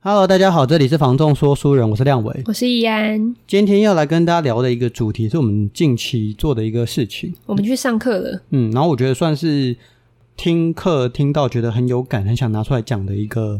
Hello，大家好，这里是房仲说书人，我是亮维。我是易安，今天要来跟大家聊的一个主题是我们近期做的一个事情。我们去上课了。嗯，然后我觉得算是听课听到觉得很有感，很想拿出来讲的一个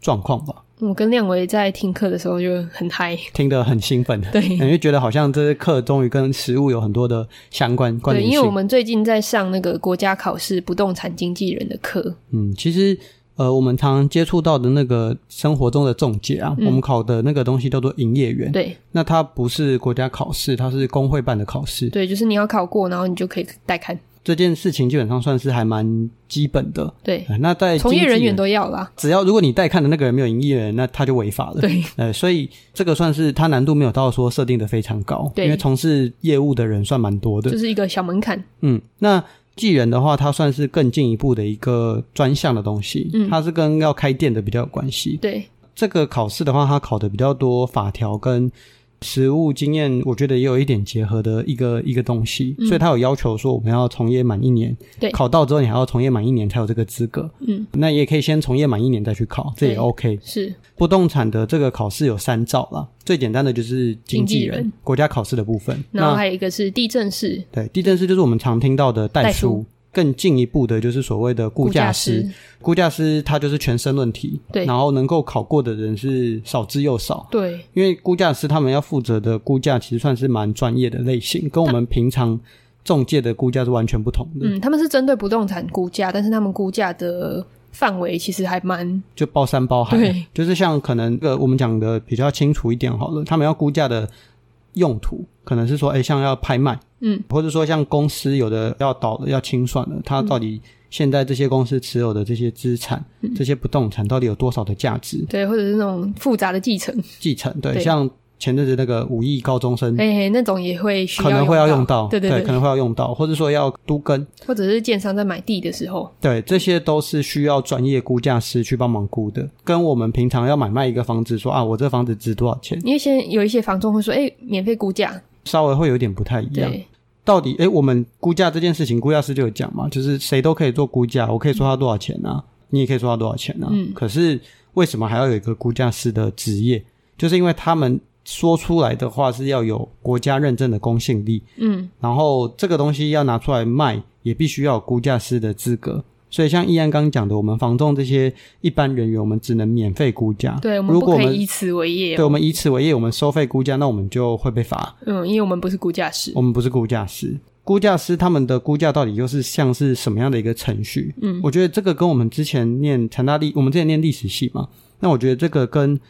状况吧。我跟亮维在听课的时候就很嗨，听得很兴奋，对 因为觉得好像这些课终于跟实物有很多的相关关对，联因性。为我们最近在上那个国家考试不动产经纪人的课，嗯，其实呃，我们常常接触到的那个生活中的中介啊，嗯我们考的那个东西叫做营业员。对那它不是国家考试，它是工会办的考试。对，就是你要考过，然后你就可以带看，这件事情基本上算是还蛮基本的。对，呃那在从经业纪人员都要啦，只要如果你带看的那个人没有营业人，那他就违法了。对，呃，所以这个算是它难度没有到说设定的非常高，对因为从事业务的人算蛮多的就。是一个小门槛，嗯，那技人的话，它算是更进一步的一个专项的东西，嗯它是跟要开店的比较有关系。对，这个考试的话，它考的比较多法条跟实务经验，我觉得也有一点结合的一个一个东西，嗯所以它有要求说我们要从业满一年，对考到之后你还要从业满一年才有这个资格。嗯，那也可以先从业满一年再去考，这也对 OK。是不动产的这个考试有三照啦，最简单的就是经纪经纪人，人国家考试的部分。然后那还有一个是地震室、对地震师就是我们常听到的代代书书，更进一步的就是所谓的估价师。，估价师他就是全申论题，对然后能够考过的人是少之又少。对因为估价师他们要负责的估价其实算是蛮专业的类型，跟我们平常中介的估价是完全不同的，嗯，他们是针对不动产估价，但是他们估价的范围其实还蛮就包山包海。啊对，就是像可能呃我们讲的比较清楚一点好了，他们要估价的用途可能是说，哎，像要拍卖，嗯，或者说像公司有的要倒了要清算了，它到底现在这些公司持有的这些资产、嗯这些不动产到底有多少的价值对，或者是那种复杂的继承，继承？对，对像前阵子那个五亿高中生。嘿嘿，那种也会需嗯可能会要用到，到，对对，对可，能会要用到，或者说要都跟，或者是建商在买地的时候，对，这些都是需要专业估价师去帮忙估的，跟我们平常要买卖一个房子说啊，我这房子值多少钱，因为现在有一些房仲会说，哎，免费估价，稍微会有点不太一样。对到底诶，我们估价这件事情，估价师就有讲嘛，就是谁都可以做估价，我可以说他多少钱啊，你也可以说他多少钱啊。嗯可是为什么还要有一个估价师的职业？就是因为他们说出来的话是要有国家认证的公信力，嗯，然后这个东西要拿出来卖，也必须要有估价师的资格。所以像易安刚讲的，我们房仲这些一般人员，我们只能免费估价。对，我们啊如不果我可以们以此为业对哦，我们以此为业，我们收费估价，那我们就会被罚。嗯，因为我们不是估价师我，们不是估价师，估价师他们的估价到底又是像是什么样的一个程序？嗯，我觉得这个跟我们之前念成大历，我们之前念历史系嘛，那我觉得这个跟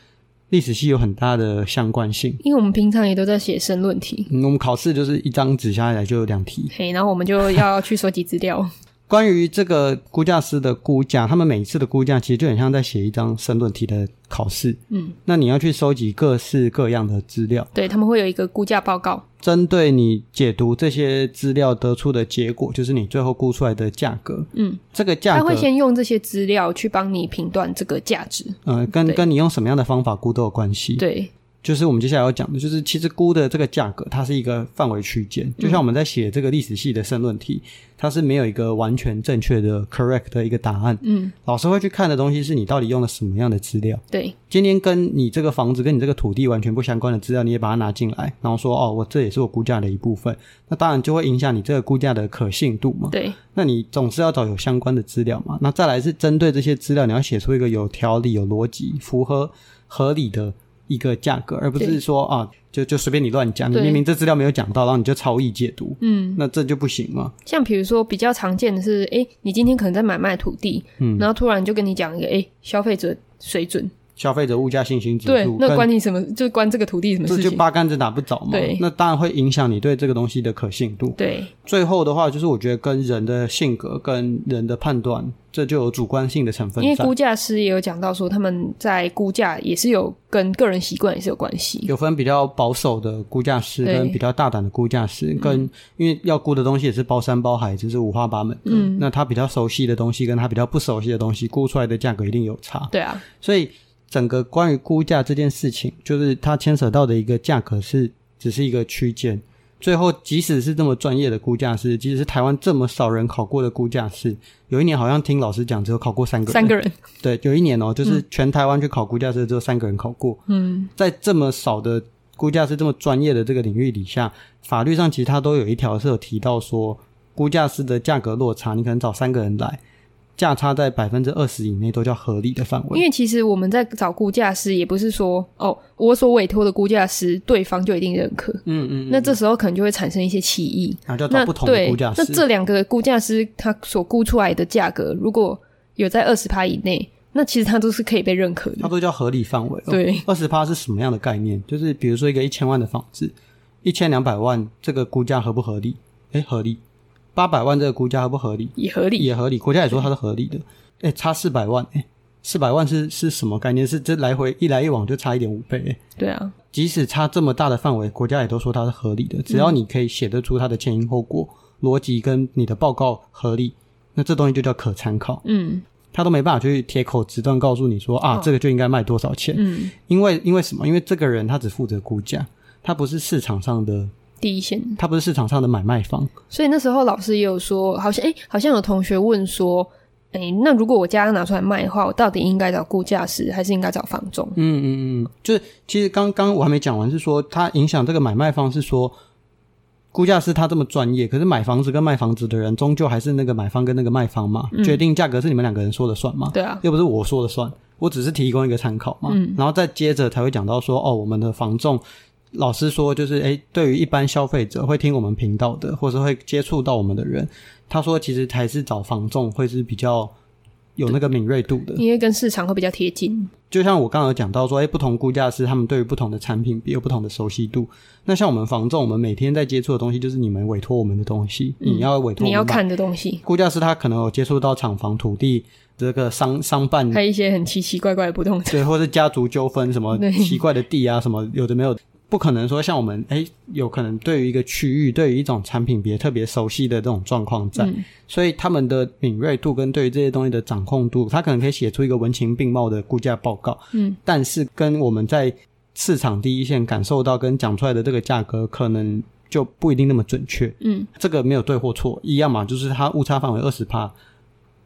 历史系有很大的相关性。因为我们平常也都在写申论题，嗯，我们考试就是一张纸下来就有两题。嘿，然后我们就 要去收集资料，关于这个估价师的估价，他们每一次的估价其实就很像在写一张申论题的考试。嗯，那你要去收集各式各样的资料，对他们会有一个估价报告，针对你解读这些资料得出的结果，就是你最后估出来的价格。嗯，这个价他格会先用这些资料去帮你评断这个价值，呃，跟对跟你用什么样的方法估都有关系。，对，就是我们接下来要讲的，就是其实估的这个价格，它是一个范围区间。就像我们在写这个历史系的申论题，它是没有一个完全正确的 correct 的一个答案。嗯，老师会去看的东西是你到底用了什么样的资料。对，今天跟你这个房子、跟你这个土地完全不相关的资料，你也把它拿进来，然后说哦，我这也是我估价的一部分，那当然就会影响你这个估价的可信度嘛。对，那你总是要找有相关的资料嘛？那再来是针对这些资料，你要写出一个有条理、有逻辑、符合合理的一个价格，而不对是说啊，就就随便你乱讲，你对明明这资料没有讲到，然后你就超意解读，嗯，那这就不行嘛。像比如说比较常见的是，哎、你今天可能在买卖土地，嗯然后突然就跟你讲一个，哎、消费者水准消费者物价信心指对数，，那跟关你什么？就关这个土地什么这事就情？八竿子打不着嘛对。那当然会影响你对这个东西的可信度。对，最后的话，就是我觉得跟人的性格、跟人的判断，这就有主观性的成分因为在估。价师也有讲到说，他们在估价也是有跟个人习惯也是有关系。有分比较保守的估价师，对跟比较大胆的估价师，跟因为要估的东西也是包山包海，就是五花八门的。嗯，那他比较熟悉的东西，跟他比较不熟悉的东西，估出来的价格一定有差。对啊，所以整个关于估价这件事情，就是它牵扯到的一个价格是只是一个区间。最后，即使是这么专业的估价师，即使是台湾这么少人考过的估价师，有一年好像听老师讲，只有考过三个人。三个 人，对，有一年哦，就是全台湾去考估价师只有三个人考过。嗯，在这么少的估价师这么专业的这个领域底下，法律上其实它都有一条是有提到说，估价师的价格落差，你可能找三个人来，价差在百分之二十以内都叫合理的范围。因为其实我们在找估价师，也不是说哦，我所委托的估价师，对方就一定认可。嗯嗯，那这时候可能就会产生一些歧义。然后就那找不同的对估价，那师。这两个估价师他所估出来的价格，如果有在二十趴以内，那其实他都是可以被认可它的。都叫合理范围、哦。对，二十趴是什么样的概念？就是比如说一个一千万的房子，一千两百万这个估价合不合理？诶，合理。八百万这个估价合不合理？也合理，也合理，国家也说它是合理的。诶，差四百万，诶，四百万是是什么概念？是这来回一来一往就差一点五倍、诶对啊，即使差这么大的范围，国家也都说它是合理的。只要你可以写得出它的前因后果、逻辑跟你的报告合理，那这东西就叫可参考。嗯他都没办法去铁口直断告诉你说啊，这个就应该卖多少钱，嗯，因为因为什么？因为这个人他只负责估价，他不是市场上的，第一线。他不是市场上的买卖方。所以那时候老师也有说，好像哎、好像有同学问说，哎、那如果我家拿出来卖的话，我到底应该找估价师，还是应该找房仲？嗯嗯嗯，就是其实刚刚我还没讲完，是说他影响这个买卖方是说。估价师他这么专业，可是买房子跟卖房子的人，终究还是那个买方跟那个卖方嘛，决定价格是你们两个人说了算嘛。对啊，又不是我说了算，我只是提供一个参考嘛。然后再接着才会讲到说，哦，我们的房仲老师说，就是诶，对于一般消费者会听我们频道的，或是会接触到我们的人，他说其实还是找房仲会是比较有那个敏锐度的。因为跟市场会比较贴近。就像我刚刚有讲到说，诶，不同估价师他们对于不同的产品也有不同的熟悉度。那像我们房仲，我们每天在接触的东西就是你们委托我们的东西，你要委托我嗯你们要把看的东西，估价师，他可能有接触到厂房、土地这个商商办还有一些很奇奇怪怪的不动产。对，或者家族纠纷，什么对奇怪的地啊，什么有的没有，不可能说像我们哎、有可能对于一个区域，对于一种产品别特别熟悉的这种状况在，嗯所以他们的敏锐度跟对于这些东西的掌控度，他可能可以写出一个文情并茂的估价报告，嗯，但是跟我们在市场第一线感受到跟讲出来的这个价格，可能就不一定那么准确，嗯，这个没有对或错，一样嘛，就是它误差范围二十帕，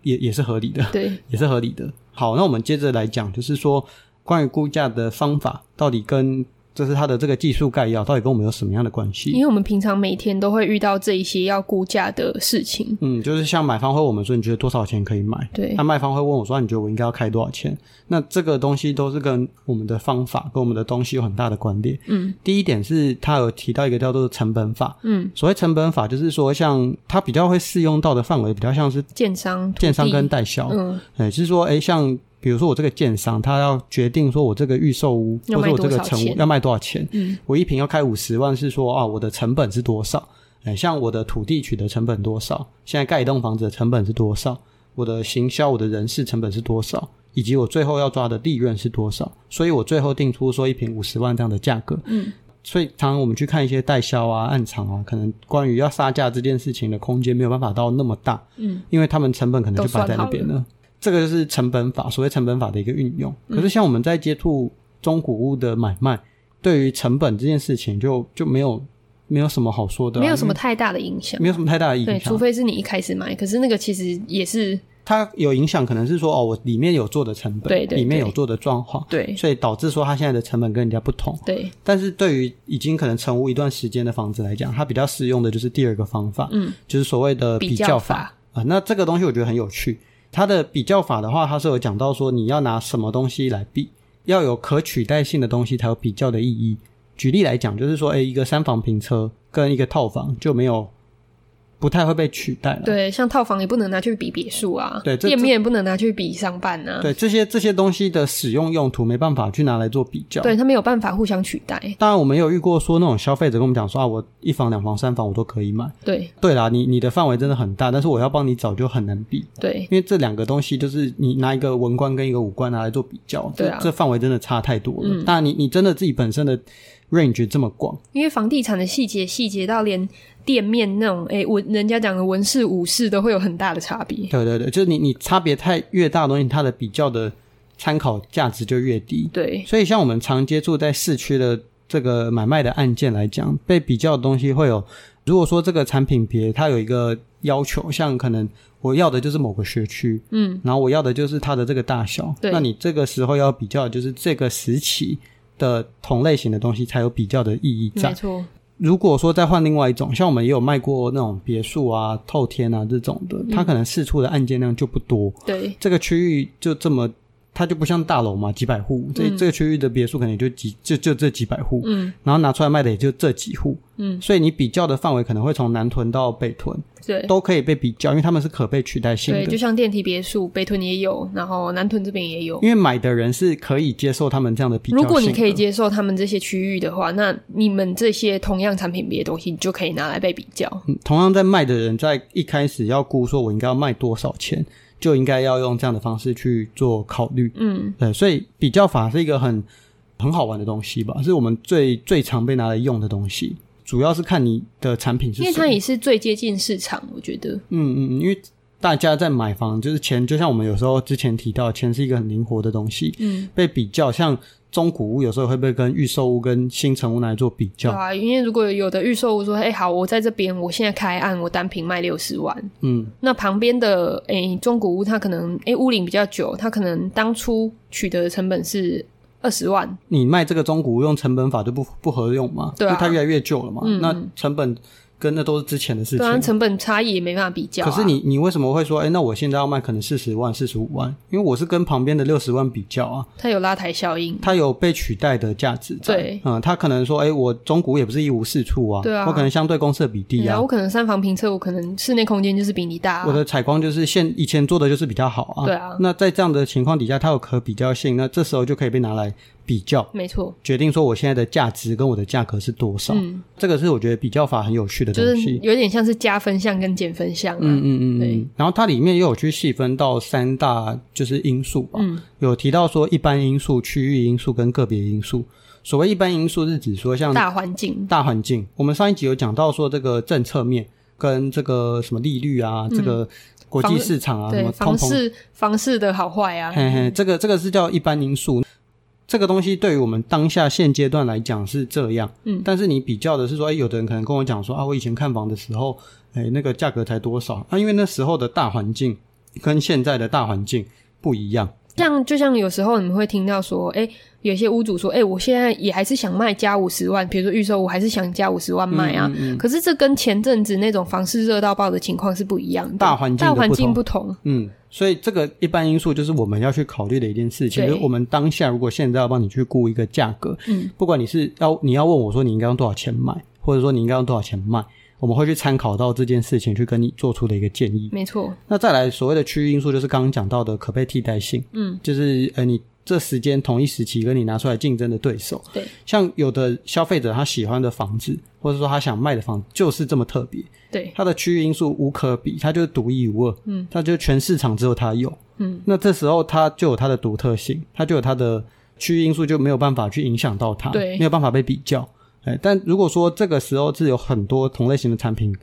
也也是合理的， 对，也是合理的。好，那我们接着来讲，就是说关于估价的方法到底跟就是它的这个技术概要到底跟我们有什么样的关因系？为我们平常每天都会遇到这一些要估价的事情。嗯，就是像买方会问我们说你觉得多少钱可以买，对那卖方会问我说你觉得我应该要开多少钱？那这个东西都是跟我们的方法跟我们的东西有很大的关联。嗯，第一点是它有提到一个叫做成本法，嗯，所谓成本法就是说像它比较会适用到的范围比较像是建商、建商土地跟代销，嗯，哎，就是说，哎，像比如说我这个建商，他要决定说我这个预售屋要或卖者我这多个少成屋钱要卖多少钱，嗯，我一平要开五十万，是说啊我的成本是多少？哎，像我的土地取得成本多少？现在盖一栋房子的成本是多少？我的行销、我的人事成本是多少？以及我最后要抓的利润是多少？所以我最后定出说一平五十万这样的价格。嗯，所以常常我们去看一些代销啊、暗场啊，可能关于要杀价这件事情的空间没有办法到那么大。嗯，因为他们成本可能就都算摆嗯在那好边了了。这个就是成本法，所谓成本法的一个运用。可是像我们在接触中古屋的买卖，对于成本这件事情就就没有没有什么好说的啊、没有什么太大的影响因为。没有什么太大的影对，除响。非是你一开始买，可是那个其实也是它有影响，可能是说哦，我里面有做的成本，对对里面有对做的状况，对所以导致说它现在的成本跟人家不同。对但是对于已经可能成屋一段时间的房子来讲，它比较适用的就是第二个方法，嗯，就是所谓的比较较法法。啊。那这个东西我觉得很有趣，它的比较法的话，它是有讲到说你要拿什么东西来比，要有可取代性的东西才有比较的意义。举例来讲，就是说，诶，一个三房平车跟一个套房就没有不太会被取代了。对，像套房也不能拿去比别墅啊，嗯对这店面也不能拿去比商办啊，对这些这些东西的使用用途没办法去拿来做比较。对，它没有办法互相取代。当然我们也有遇过说那种消费者跟我们讲说啊，我一房、两房、三房我都可以买。对对啦，你你的范围真的很大，但是我要帮你找就很难比，对因为这两个东西就是你拿一个文官跟一个武官拿来做比较，对啊嗯这这范围真的差太多了。但你你真的自己本身的 range 这么广，因为房地产的细节细节到连店面那种，哎，文人家讲的文饰武饰都会有很大的差别。对对对，就是你你差别太越大的东西，它的比较的参考价值就越低。对所以像我们常接触在市区的这个买卖的案件来讲，被比较的东西会有，如果说这个产品别它有一个要求，像可能我要的就是某个学区，嗯，然后我要的就是它的这个大小，对那你这个时候要比较的就是这个时期。的同类型的东西才有比较的意义在没。错，如果说再换另外一种，像我们也有卖过那种别墅啊、透天啊这种的，它可能试出的案件量就不多，对这个区域就这么，它就不像大楼嘛，几百嗯户，这、这个区域的别墅可能就几就就这几百户，嗯，然后拿出来卖的也就这几户，嗯，所以你比较的范围可能会从南屯到北屯对都可以被比较，因为他们是可被取代性对，就的。像电梯别墅，北屯也有，然后南屯这边也有。因为买的人是可以接受他们这样的比较性如的果你可以接受他们这些区域的话，那你们这些同样产品别的东西，你就可以拿来被比较。嗯同样在卖的人在一开始要估说我应该要卖多少钱，就应该要用这样的方式去做考虑。嗯，对，所以比较法是一个很很好玩的东西吧，是我们最最常被拿来用的东西。主要是看你的产品是因为什它么。也是最接近市场，我觉得。嗯嗯，嗯因为大家在买房，就是钱，就像我们有时候之前提到，钱是一个很灵活的东西，嗯，被比较，像中古屋有时候会被跟预售屋跟新城屋拿来做比对较。啊，因为如果有的预售屋说，哎、好，我在这边，我现在开案，我单品卖六十万，嗯，那旁边的哎、中古屋，它可能哎、屋龄比较久，它可能当初取得的成本是二十万，你卖这个中古屋用成本法就不不合用嘛，对啊因为它越来越旧了嘛，嗯那成本跟那都是之前的事对啊，情。成本差异也没办法比较、啊。可是你你为什么会说，哎、那我现在要卖可能四十万、四十五万？因为我是跟旁边的六十万比较啊，它有拉抬效应，它有被取代的价值在。对嗯，它可能说，哎、我中古也不是一无是处啊，对啊我可能相对公设比低然啊后，我可能三房评测，我可能室内空间就是比你大、啊，我的采光就是现以前做的就是比较好啊。对啊那在这样的情况底下，它有可比较性，那这时候就可以被拿来比较。没错。决定说我现在的价值跟我的价格是多少，嗯这个是我觉得比较法很有趣的东就是西。有点像是加分项跟减分项、啊。嗯嗯嗯对嗯，然后它里面也有去细分到三大就是因素吧，嗯有提到说一般因素、区域因素跟个别因素。所谓一般因素是指说像大环境，大环境，我们上一集有讲到说这个政策面跟这个什么利率啊，这个国嗯际房市场啊，什对么通房膨，市房市的好坏啊，嘿嘿，这个这个是叫一般因素。这个东西对于我们当下现阶段来讲是这样，嗯但是你比较的是说，哎，有的人可能跟我讲说啊，我以前看房的时候，哎，那个价格才多少啊？因为那时候的大环境跟现在的大环境不一样，像就像有时候你们会听到说，哎、有些屋主说，哎、我现在也还是想卖加五十万，比如说预售，我还是想加五十万卖啊。嗯嗯嗯可是这跟前阵子那种房市热到爆的情况是不一样的，大环境的大环不同境不同，嗯，所以这个一般因素就是我们要去考虑的一件事情，对就是我们当下如果现在要帮你去估一个价格，嗯，不管你是要你要问我说你应该用多少钱买，或者说你应该用多少钱卖，我们会去参考到这件事情去跟你做出的一个建议。没错，那再来所谓的区域因素，就是刚刚讲到的可被替代性，嗯，就是呃你这时间同一时期跟你拿出来竞争的对手，对，像有的消费者他喜欢的房子，或者说他想卖的房子就是这么特别，对它的区域因素无可比，它就是独一无二，嗯，它就是全市场只有它有，嗯，那这时候它就有它的独特性，它就有它的区域因素就没有办法去影响到它，对没有办法被比较，哎，但如果说这个时候是有很多同类型的产品。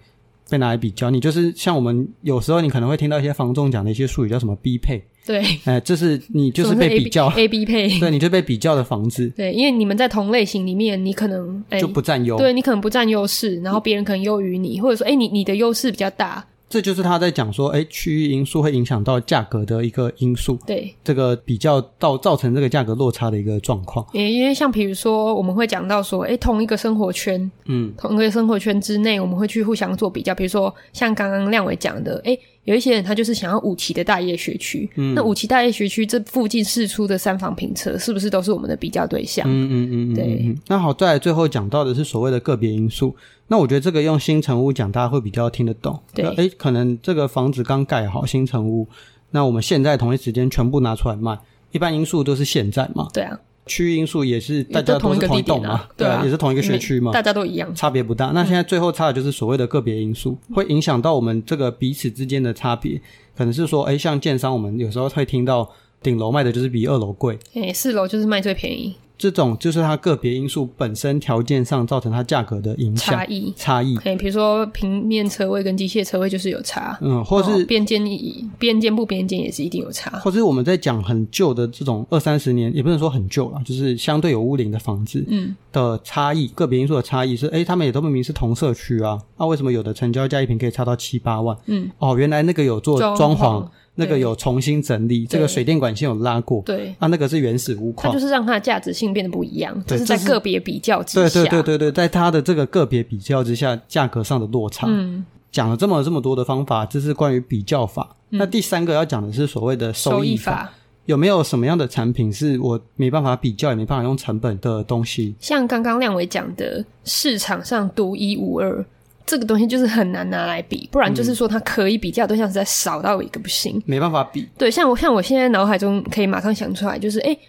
被拿来比较，你就是像我们有时候你可能会听到一些房仲讲的一些术语，叫什么 B 配，对，哎、这是你就是什么被 A 比较， A B 配，对，你就被比较的房子对，因为你们在同类型里面，你可能哎、就不占优，对你可能不占优势，然后别人可能优于你，或者说，哎、你你的优势比较大，这就是他在讲说，哎，区域因素会影响到价格的一个因素。对，这个比较到造成这个价格落差的一个状况。也因为像比如说，我们会讲到说，哎、同一个生活圈，嗯，同一个生活圈之内，我们会去互相做比较，比如说像刚刚亮伟讲的，哎、有一些人他就是想要五期的大业学区，嗯那五期大业学区这附近试出的三房评测，是不是都是我们的比较对象？嗯嗯嗯，嗯对嗯嗯那好，再来最后讲到的是所谓的个别因素。那我觉得这个用新城屋讲，大家会比较听得懂。对哎，可能这个房子刚盖好，新城屋，那我们现在同一时间全部拿出来卖，一般因素都是现在嘛，对啊，区域因素也是大都家都同一是个同地一点栋啊嘛，，对啊，也是同一个学每区嘛，大家都一样。差别不大。那现在最后差的就是所谓的个别因素，嗯会影响到我们这个彼此之间的差别。可能是说，哎，像建商，我们有时候会听到顶楼卖的就是比二楼贵，哎、四楼就是卖最便宜，这种就是它个别因素本身条件上造成它价格的影响差异。差异。哎、比如说平面车位跟机械车位就是有差，嗯，或然后是、边间一边间不边间也是一定有差。或是我们在讲很旧的这种二三十年，也不能说很旧啦，就是相对有屋龄的房子，嗯，的差异，个别因素的差异是，哎，他们也都明明是同社区啊，那、为什么有的成交价一平可以差到七八万？嗯，哦，原来那个有做装装潢潢，那个对有重新整理，这个水电管线有拉过，对，啊，那个是原始屋它况就。是让它的价值性变得不一样，对是在这是个别比较之对下。对对对对，在它的这个个别比较之下，价格上的落差，嗯，讲了这么这么多的方法，这是关于比较法。那第三个要讲的是所谓的嗯收收益益法。有没有什么样的产品是我没办法比较，也没办法用成本的东西？像刚刚亮伟讲的，市场上独一无二。这个东西就是很难拿来比，不然就是说它可以比较的对象实在少到一个不行。没办法比，对，像我像我现在脑海中可以马上想出来，就是哎，诶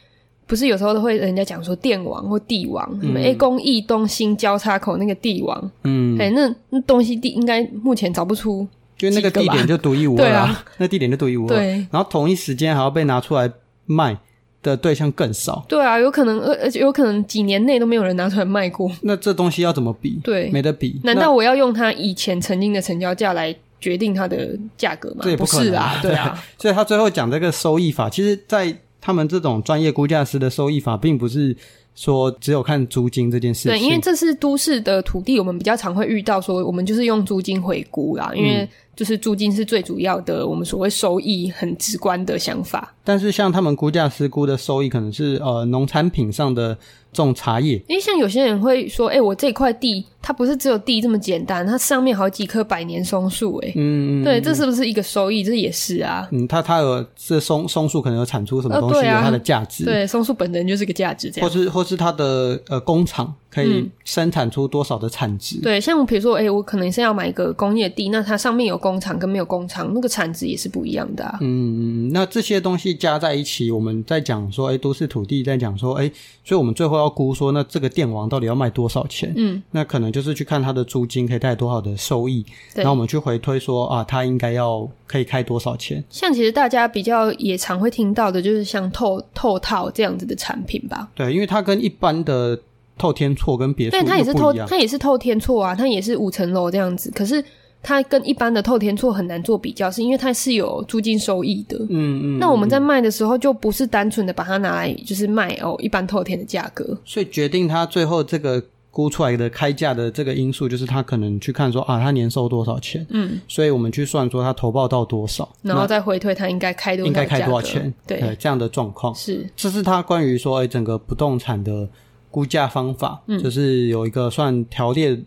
不是有时候都会人家讲说电网或地王，什么哎公益东兴交叉口那个地王，嗯，哎、那那东西地应该目前找不出，因为那个几个地吧点就独一无对二啊，那地点就独一无二。对然后同一时间还要被拿出来卖的对象更少，对啊，有可能而而且有可能几年内都没有人拿出来卖过，那这东西要怎么比？对没得比。难道我要用它以前曾经的成交价来决定它的价格吗？这也不不可能是啊啊，对啊， 那所以他最后讲这个收益法，其实，在他们这种专业估价师的收益法，并不是说只有看租金这件事情。对，因为这是都市的土地，我们比较常会遇到说，我们就是用租金回估啦，因嗯为就是租金是最主要的，我们所谓收益很直观的想法。但是像他们估价师估的收益，可能是呃农产品上的种茶叶，因为像有些人会说，哎、我这块地它不是只有地这么简单，它上面好几棵百年松树、哎、嗯，对，这是不是一个收益？这也是啊，嗯，它它有这松松树可能有产出什么呃东西，对啊有它的价值，对，松树本人就是个价值这或样。是或是它的呃工厂可以嗯生产出多少的产值，对，像比如说，哎、我可能是要买一个工业地，那它上面有工厂跟没有工厂，那个产值也是不一样的啊。嗯，那这些东西加在一起，我们在讲说，哎，都市土地在讲说，哎，所以我们最后要估说，那这个电网到底要卖多少钱？嗯，那可能就是去看它的租金可以带来多少的收益，对然后我们去回推说啊，它应该要可以开多少钱？像其实大家比较也常会听到的，就是像透透套这样子的产品吧。对，因为它跟一般的透天错跟别墅但它也又是不透一，样。它也是透天错啊，它也是五层楼这样子。可是它跟一般的透天错很难做比较，是因为它是有租金收益的。嗯嗯，那我们在卖的时候，就不是单纯的把它拿来就是卖哦，一般透天的价格。所以决定它最后这个估出来的开价的这个因素，就是他可能去看说啊，它年收多少钱？嗯，所以我们去算说它投报到多少，然后再回推它应该开多应少该价开格，多少钱？对，这样的状况，是这是它关于说哎整个不动产的估价方法，嗯就是有一个算条列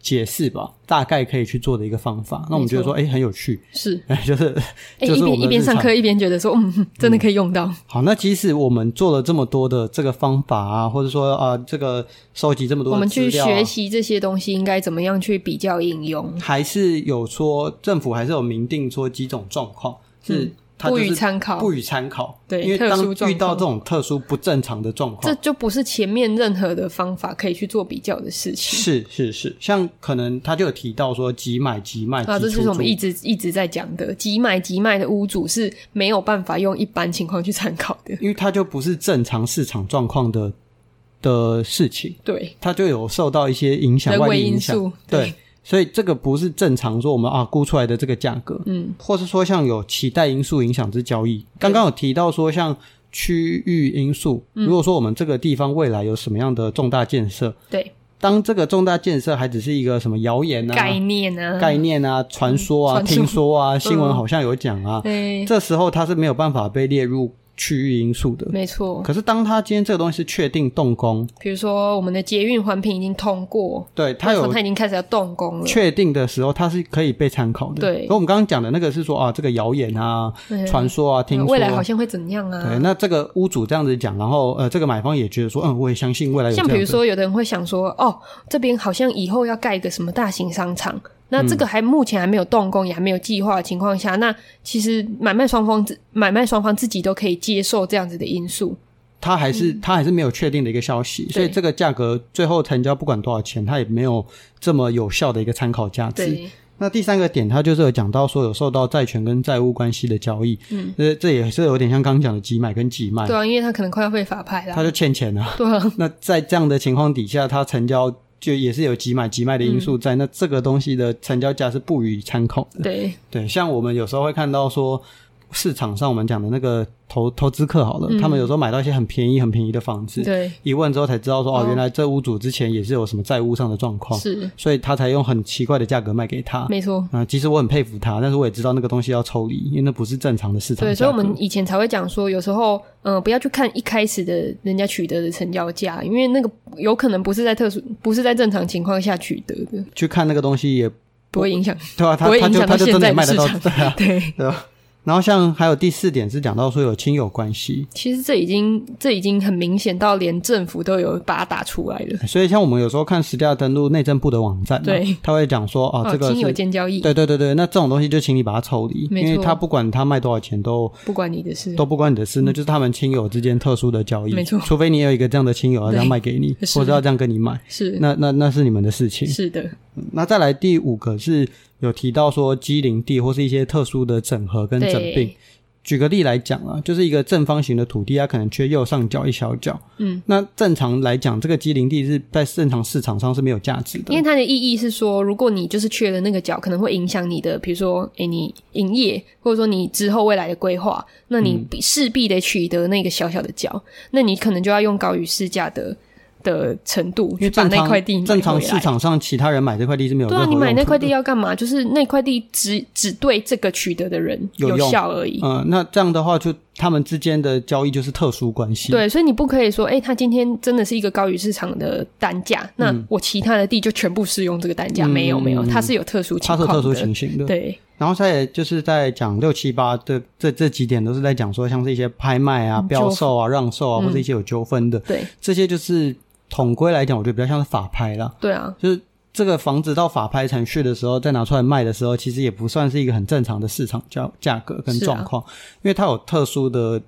解释吧，大概可以去做的一个方法。那我们觉得说哎很有趣， 是。哎就是哎、就是一我们边一的边日上常课，一边觉得说，嗯，真的可以用到。好。那即使我们做了这么多的这个方法啊，或者说啊这个收集这么多我的们资去料啊、学习这些东西，应该怎么样去比较应用？还是有说政府还是有明定说几种状况是嗯它不就予是参考，不予参考，对因为特当殊状遇到况这种特殊不正常的状这况，就不是前面任何的方法可以去做比较的事情是是是，像可能他就有提到说即买即卖啊！即这出就是我租们，一直一直在讲的，即买即卖的屋主是没有办法用一般情况去参考的。 因为它就不是正常市场状况的的事情，对，它就有受到一些影响，人外为力影因响，素，对，所以这个不是正常说我们啊估出来的这个价格，嗯，或是说像有期待因素影响之交易。刚刚有提到说像区域因素，嗯如果说我们这个地方未来有什么样的重大建设，对，当这个重大建设还只是一个什么谣言啊、概念啊，概念啊、传说啊、传说嗯听说啊、新闻好像有讲啊，对，这时候它是没有办法被列入区域因素的。没错。可是当他今天这个东西是确定动工，比如说我们的捷运环评已经通过，对他有它已经开始要动工了，确定的时候，它是可以被参考的。对可我们刚刚讲的那个是说啊，这个谣言啊、嗯传说啊、听说啊，未来好像会怎样对，啊？那这个屋主这样子讲，然后呃，这个买方也觉得说，嗯，我也相信未来有这像样子。比如说，有的人会想说，哦，这边好像以后要盖一个什么大型商场，那这个还目前还没有动工，也还没有计划的情况下，那其实买卖双方自买卖双方自己都可以接受这样子的因素，他还嗯是、他还是没有确定的一个消息，所以这个价格最后成交不管多少钱，它也没有这么有效的一个参考价值。对，那第三个点，它就是有讲到说有受到债权跟债务关系的交易，嗯，这这也是有点像刚刚讲的急买跟急卖，对啊，因为他可能快要被法拍他啦，就欠钱啊。 对啊，那在这样的情况底下，它成交就也是有急买急卖的因素在，那这个东西的成交价是不予参考的。对，对，像我们有时候会看到说，市场上我们讲的那个投投资客好了，嗯他们有时候买到一些很便宜很便宜的房子，对，一问之后才知道说，哦哦，原来这屋主之前也是有什么债务上的状况，是，所以他才用很奇怪的价格卖给他。没错。啊、其实我很佩服他，但是我也知道那个东西要抽离，因为那不是正常的市场价格。对，所以我们以前才会讲说，有时候，嗯、不要去看一开始的人家取得的成交价，因为那个有可能不是在特殊，不是在正常情况下取得的，去看那个东西也不会影响，对啊，不他会他影就响他到就现真在的的卖得市到，场。对啊，对，对啊。然后像还有第四点是讲到说有亲友关系，其实这已经这已经很明显到连政府都有把它打出来了。所以像我们有时候看实价登录内政部的网站嘛，啊对他会讲说哦，这个亲友是间交易，对对对对，那这种东西就请你把它抽离，没因错为他不管他卖多少钱都不关你的事。都不关你的事，那就是他们亲友之间特殊的交易，没错除非你有一个这样的亲友要这样对卖给你，是或者要这样跟你买，是那那那是你们的事情。是的，那再来第五个是有提到说机灵地或是一些特殊的整合跟整并对。，举个例来讲啊，就是一个正方形的土地，它可能缺右上角一小角。嗯，那正常来讲，这个机灵地是在正常市场上是没有价值因为的。它的意义是说，如果你就是缺了那个角，可能会影响你的，比如说，诶，你营业，或者说你之后未来的规划，那你嗯必势必得取得那个小小的角，那你可能就要用高于市价的的程度去把正那常块地买正常回来市场上，其他人买这块地是没有对任何啊，用你途的。买那块地要干嘛？就是那块地只只对这个取得的人有用效而已。嗯、那这样的话就，他们之间的交易就是特殊关系。，对，所以你不可以说，哎、他今天真的是一个高于市场的单价，那我其他的地就全部适用这个单价、嗯没有没有，它是有特殊情它是况有的，特殊情形的。对然后他也就是在讲六七八这这这几点，都是在讲说像是一些拍卖嗯啊、标售啊、让售啊，或者一些有纠纷的，对这些就是统归来讲，我觉得比较像是法拍啦。对啊，就是这个房子到法拍程序的时候，再拿出来卖的时候，其实也不算是一个很正常的市场价价格跟是啊状况，因为它有特殊的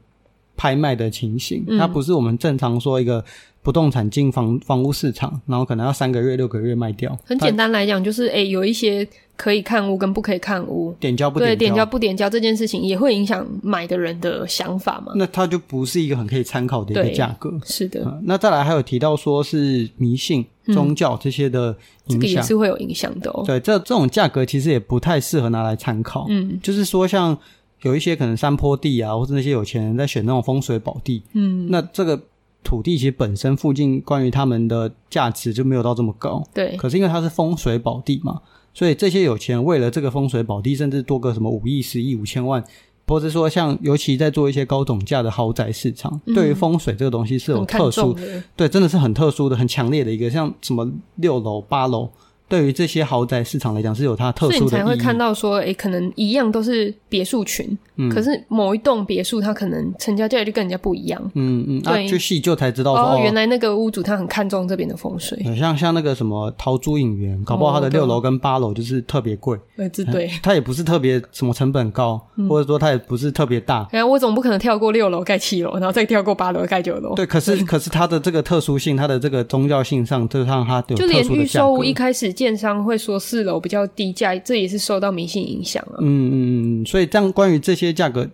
拍卖的情形，嗯它不是我们正常说一个不动产进房房屋市场，然后可能要三个月六个月卖掉，很简单来讲，就是哎、诶有一些可以看屋跟不可以看屋，它点交不对点交交。不点交这件事情，也会影响买的人的想法嘛。那它就不是一个很可以参考的一个对价格、是的，嗯那再来还有提到说是迷信、宗教嗯这些的这影个也响，是会有影响的哦。对，这这种价格其实也不太适合拿来参考。嗯就是说像有一些可能山坡地啊，或者那些有钱人在选那种风水宝地，嗯，那这个土地其实本身附近关于他们的价值就没有到这么高。对可是因为它是风水宝地嘛，所以这些有钱人为了这个风水宝地，甚至多个什么五亿、十亿、五千万。或者说，像尤其在做一些高总价的豪宅市场，对于风水这个东西是有很嗯看特殊重的，对，真的是很特殊的、很强烈的一个，像什么六楼、八楼，对于这些豪宅市场来讲是有它特所以殊你的才会意义看到说，诶，可能一样都是别墅群，嗯可是某一栋别墅它可能成交价就跟人家不一样。嗯嗯，啊，对去细究才知道说，哦哦，，原来那个屋主他很看重这边的风水，呃像像那个什么桃珠影园，搞不好它的哦对六楼跟八楼就是特别贵，呃，这对。它也不是特别什么成本高，嗯或者说它也不是特别大。然后我总不可能跳过六楼盖七楼，然后再跳过八楼盖九楼。对，可是可是它的这个特殊性，它的这个宗教性上，就让它有就特连殊预的价售格屋。一开始建商会说四楼比较低价，这也是受到迷信影响啊。嗯嗯嗯，所以这样关于这些价格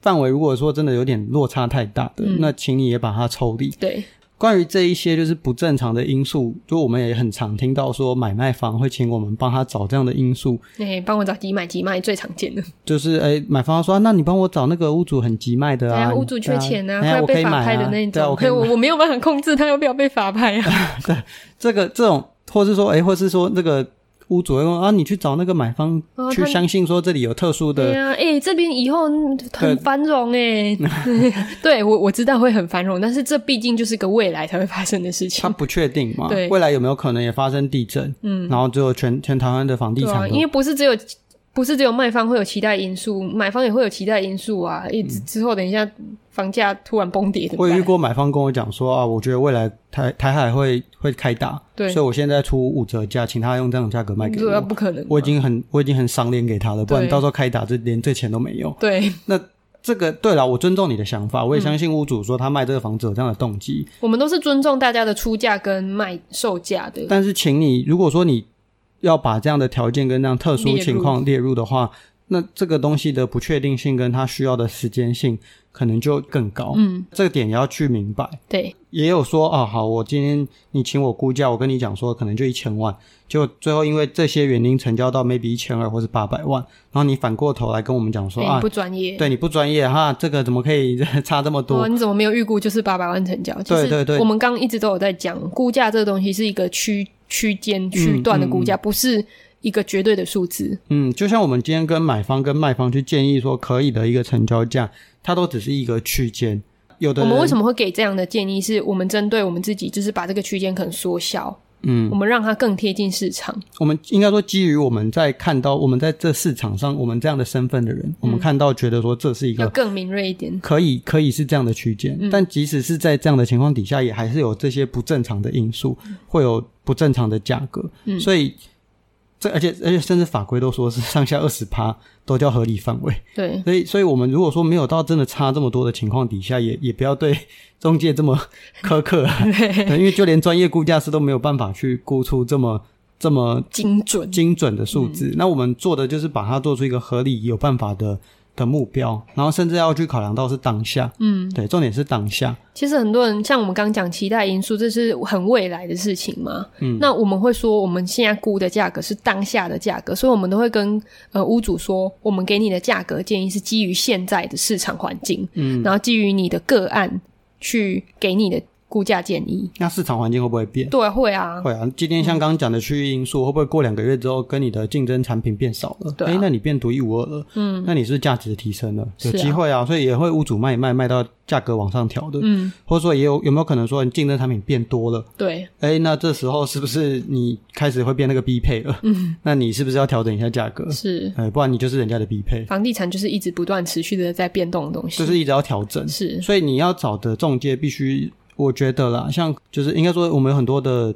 范围，如果说真的有点落差太大的，嗯那请你也把它抽离。对，关于这一些就是不正常的因素，就我们也很常听到说买卖方会请我们帮他找这样的因素，哎、帮我找急买急卖最常见的，就是诶、买方说、啊那你帮我找那个屋主很急卖的对啊，啊，屋主缺钱啊，啊，哎快呀要我可被以法买拍的啊那对啊，种，我可以我买我没有办 法控制他要不要被法拍啊。哎这个这种，或是说诶、或是说那个屋主会问啊，你去找那个买方哦去他相信说这里有特殊对的，呀，哎、这边以后对很繁荣 哎、对我我知道会很繁荣，但是这毕竟就是个未来才会发生的事他情。不确定嘛，对未来有没有可能也发生地震？嗯，然后最后全全台湾的房地对产啊，都因为不是只有不是只有卖方会有期待因素，买方也会有期待因素啊。一直之后等一下房价突然崩跌，怎么我有办嗯遇过买方跟我讲说啊，我觉得未来台台海会会开打，对所以我现在出五折价，请他用这种价格卖给对啊，我。不可能嘛。我已经很我已经很赏脸给他了，不然对到时候开打这连这钱都没有。对这个对了，我尊重你的想法，我也相信屋主说他卖这个房子有这样的动机，我们都是尊重大家的出价跟卖售价的。但是请你如果说你要把这样的条件跟这样特殊情况列入的话，那这个东西的不确定性跟它需要的时间性可能就更高。嗯，这个点也要去明白。对，也有说啊，好，我今天你请我估价，我跟你讲说可能就一千万，就最后因为这些原因成交到 maybe 一千二或是八百万，然后你反过头来跟我们讲说哎啊你，不专业。对你不专业哈，这个怎么可以 差这么多？哦，你怎么没有预估就是八百万成交？其实对对我们刚刚一直都有在讲，估价这个东西是一个区区间区段的估价，不是一个绝对的数字。嗯，就像我们今天跟买方跟卖方去建议说可以的一个成交价，它都只是一个区间。有的我人们为什么会给这样的建议？是我们针对我们自己，就是把这个区间可能缩小，嗯，我们让它更贴近市场。我们应该说基于我们在看到我们在这市场上我们这样的身份的人，我嗯们看到觉得说这是一要个更敏锐一点。可以可以是这样的区间，但即使是在这样的情况底下，也还是有这些不正常的因素，会有不正常的价格，所以。这而且而且甚至法规都说是上下二十趴都叫合理范围，对，所以，所以我们如果说没有到真的差这么多的情况底下，也也不要对中介这么苛刻啊，对因为就连专业估价师都没有办法去估出这么这么精准。嗯精准的数字。那我们做的就是把它做出一个合理、有办法的的目标，然后甚至要去考量到是当下，嗯，对，重点是当下，其实很多人像我们刚刚讲期待因素，这是很未来的事情嘛。嗯，那我们会说我们现在估的价格是当下的价格，所以我们都会跟呃屋主说，我们给你的价格建议是基于现在的市场环境，嗯，然后基于你的个案去给你的估价建议。那市场环境会不会变？对，会啊，会啊，今天像刚刚讲的区域因素，会不会过两个月之后跟你的竞争产品变少了？对啊诶那你变独一无二了，嗯，那你是不是价值提升了，有是啊机会啊，所以也会屋主卖一卖卖到价格往上调的，嗯，或者说也有有没有可能说你竞争产品变多了？对，哎，那这时候是不是你开始会变那个必配了？嗯，那你是不是要调整一下价格？是哎，不然你就是人家的必配，房地产就是一直不断持续的在变动的东西，就是一直要调整。是所以你要找的中介必须，我觉得啦，像就是应该说我们有很多的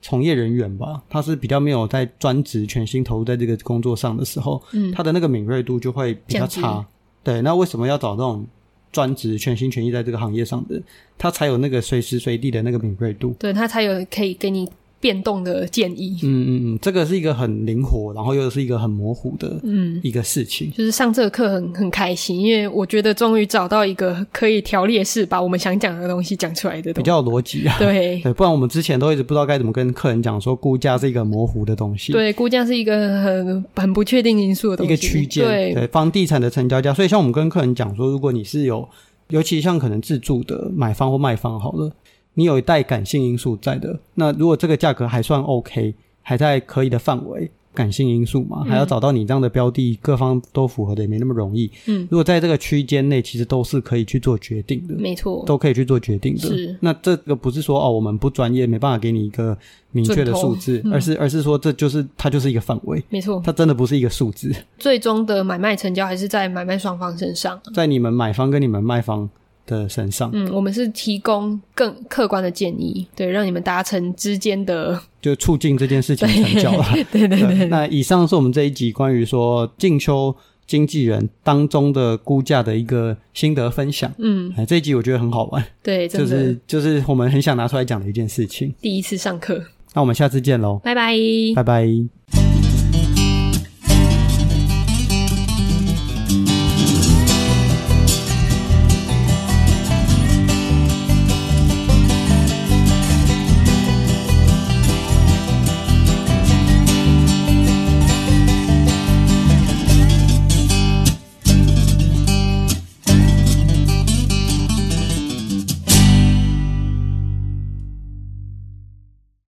从业人员吧，他是比较没有在专职全心投入在这个工作上的时候，嗯，他的那个敏锐度就会比较降差。对，那为什么要找那种专职全心全意在这个行业上的人，他才有那个随时随地的那个敏锐度？对，它才有可以给你变动的建议。嗯嗯嗯，这个是一个很灵活，然后又是一个很模糊的嗯，一个事情。就是上这个课很很开心，因为我觉得终于找到一个可以条列式把我们想讲的东西讲出来的比东西。较有逻辑啊， 对对，不然我们之前都一直不知道该怎么跟客人讲说估价是一个很模糊的东西，对，估价是一个很很不确定因素的东一西，个区间，对房地产的成交价。所以像我们跟客人讲说，如果你是有，尤其像可能自住的买方或卖方好了，你有一带感性因素在的，那如果这个价格还算 OK，还在可以的范围。感性因素嗯嘛，还要找到你这样的标的，各方都符合的也没那么容易。嗯，如果在这个区间内，其实都是可以去做决定的，没错，都可以去做决定的。是那这个不是说哦，我们不专业，没办法给你一个明确的准头数字，而是而是说这就是它就是一个范围，没错。它真的不是一个数字。最终的买卖成交还是在买卖双方身上。在你们买方跟你们卖方的身上，嗯，我们是提供更客观的建议，对，让你们达成之间的就促进这件事情成交了。 对对对，那以上是我们这一集关于说进修经纪人当中的估价的一个心得分享。嗯，哎，这一集我觉得很好玩，对，真就的、是就是我们很想拿出来讲的一件事情。第一次上课，那我们下次见喽，拜拜。拜拜。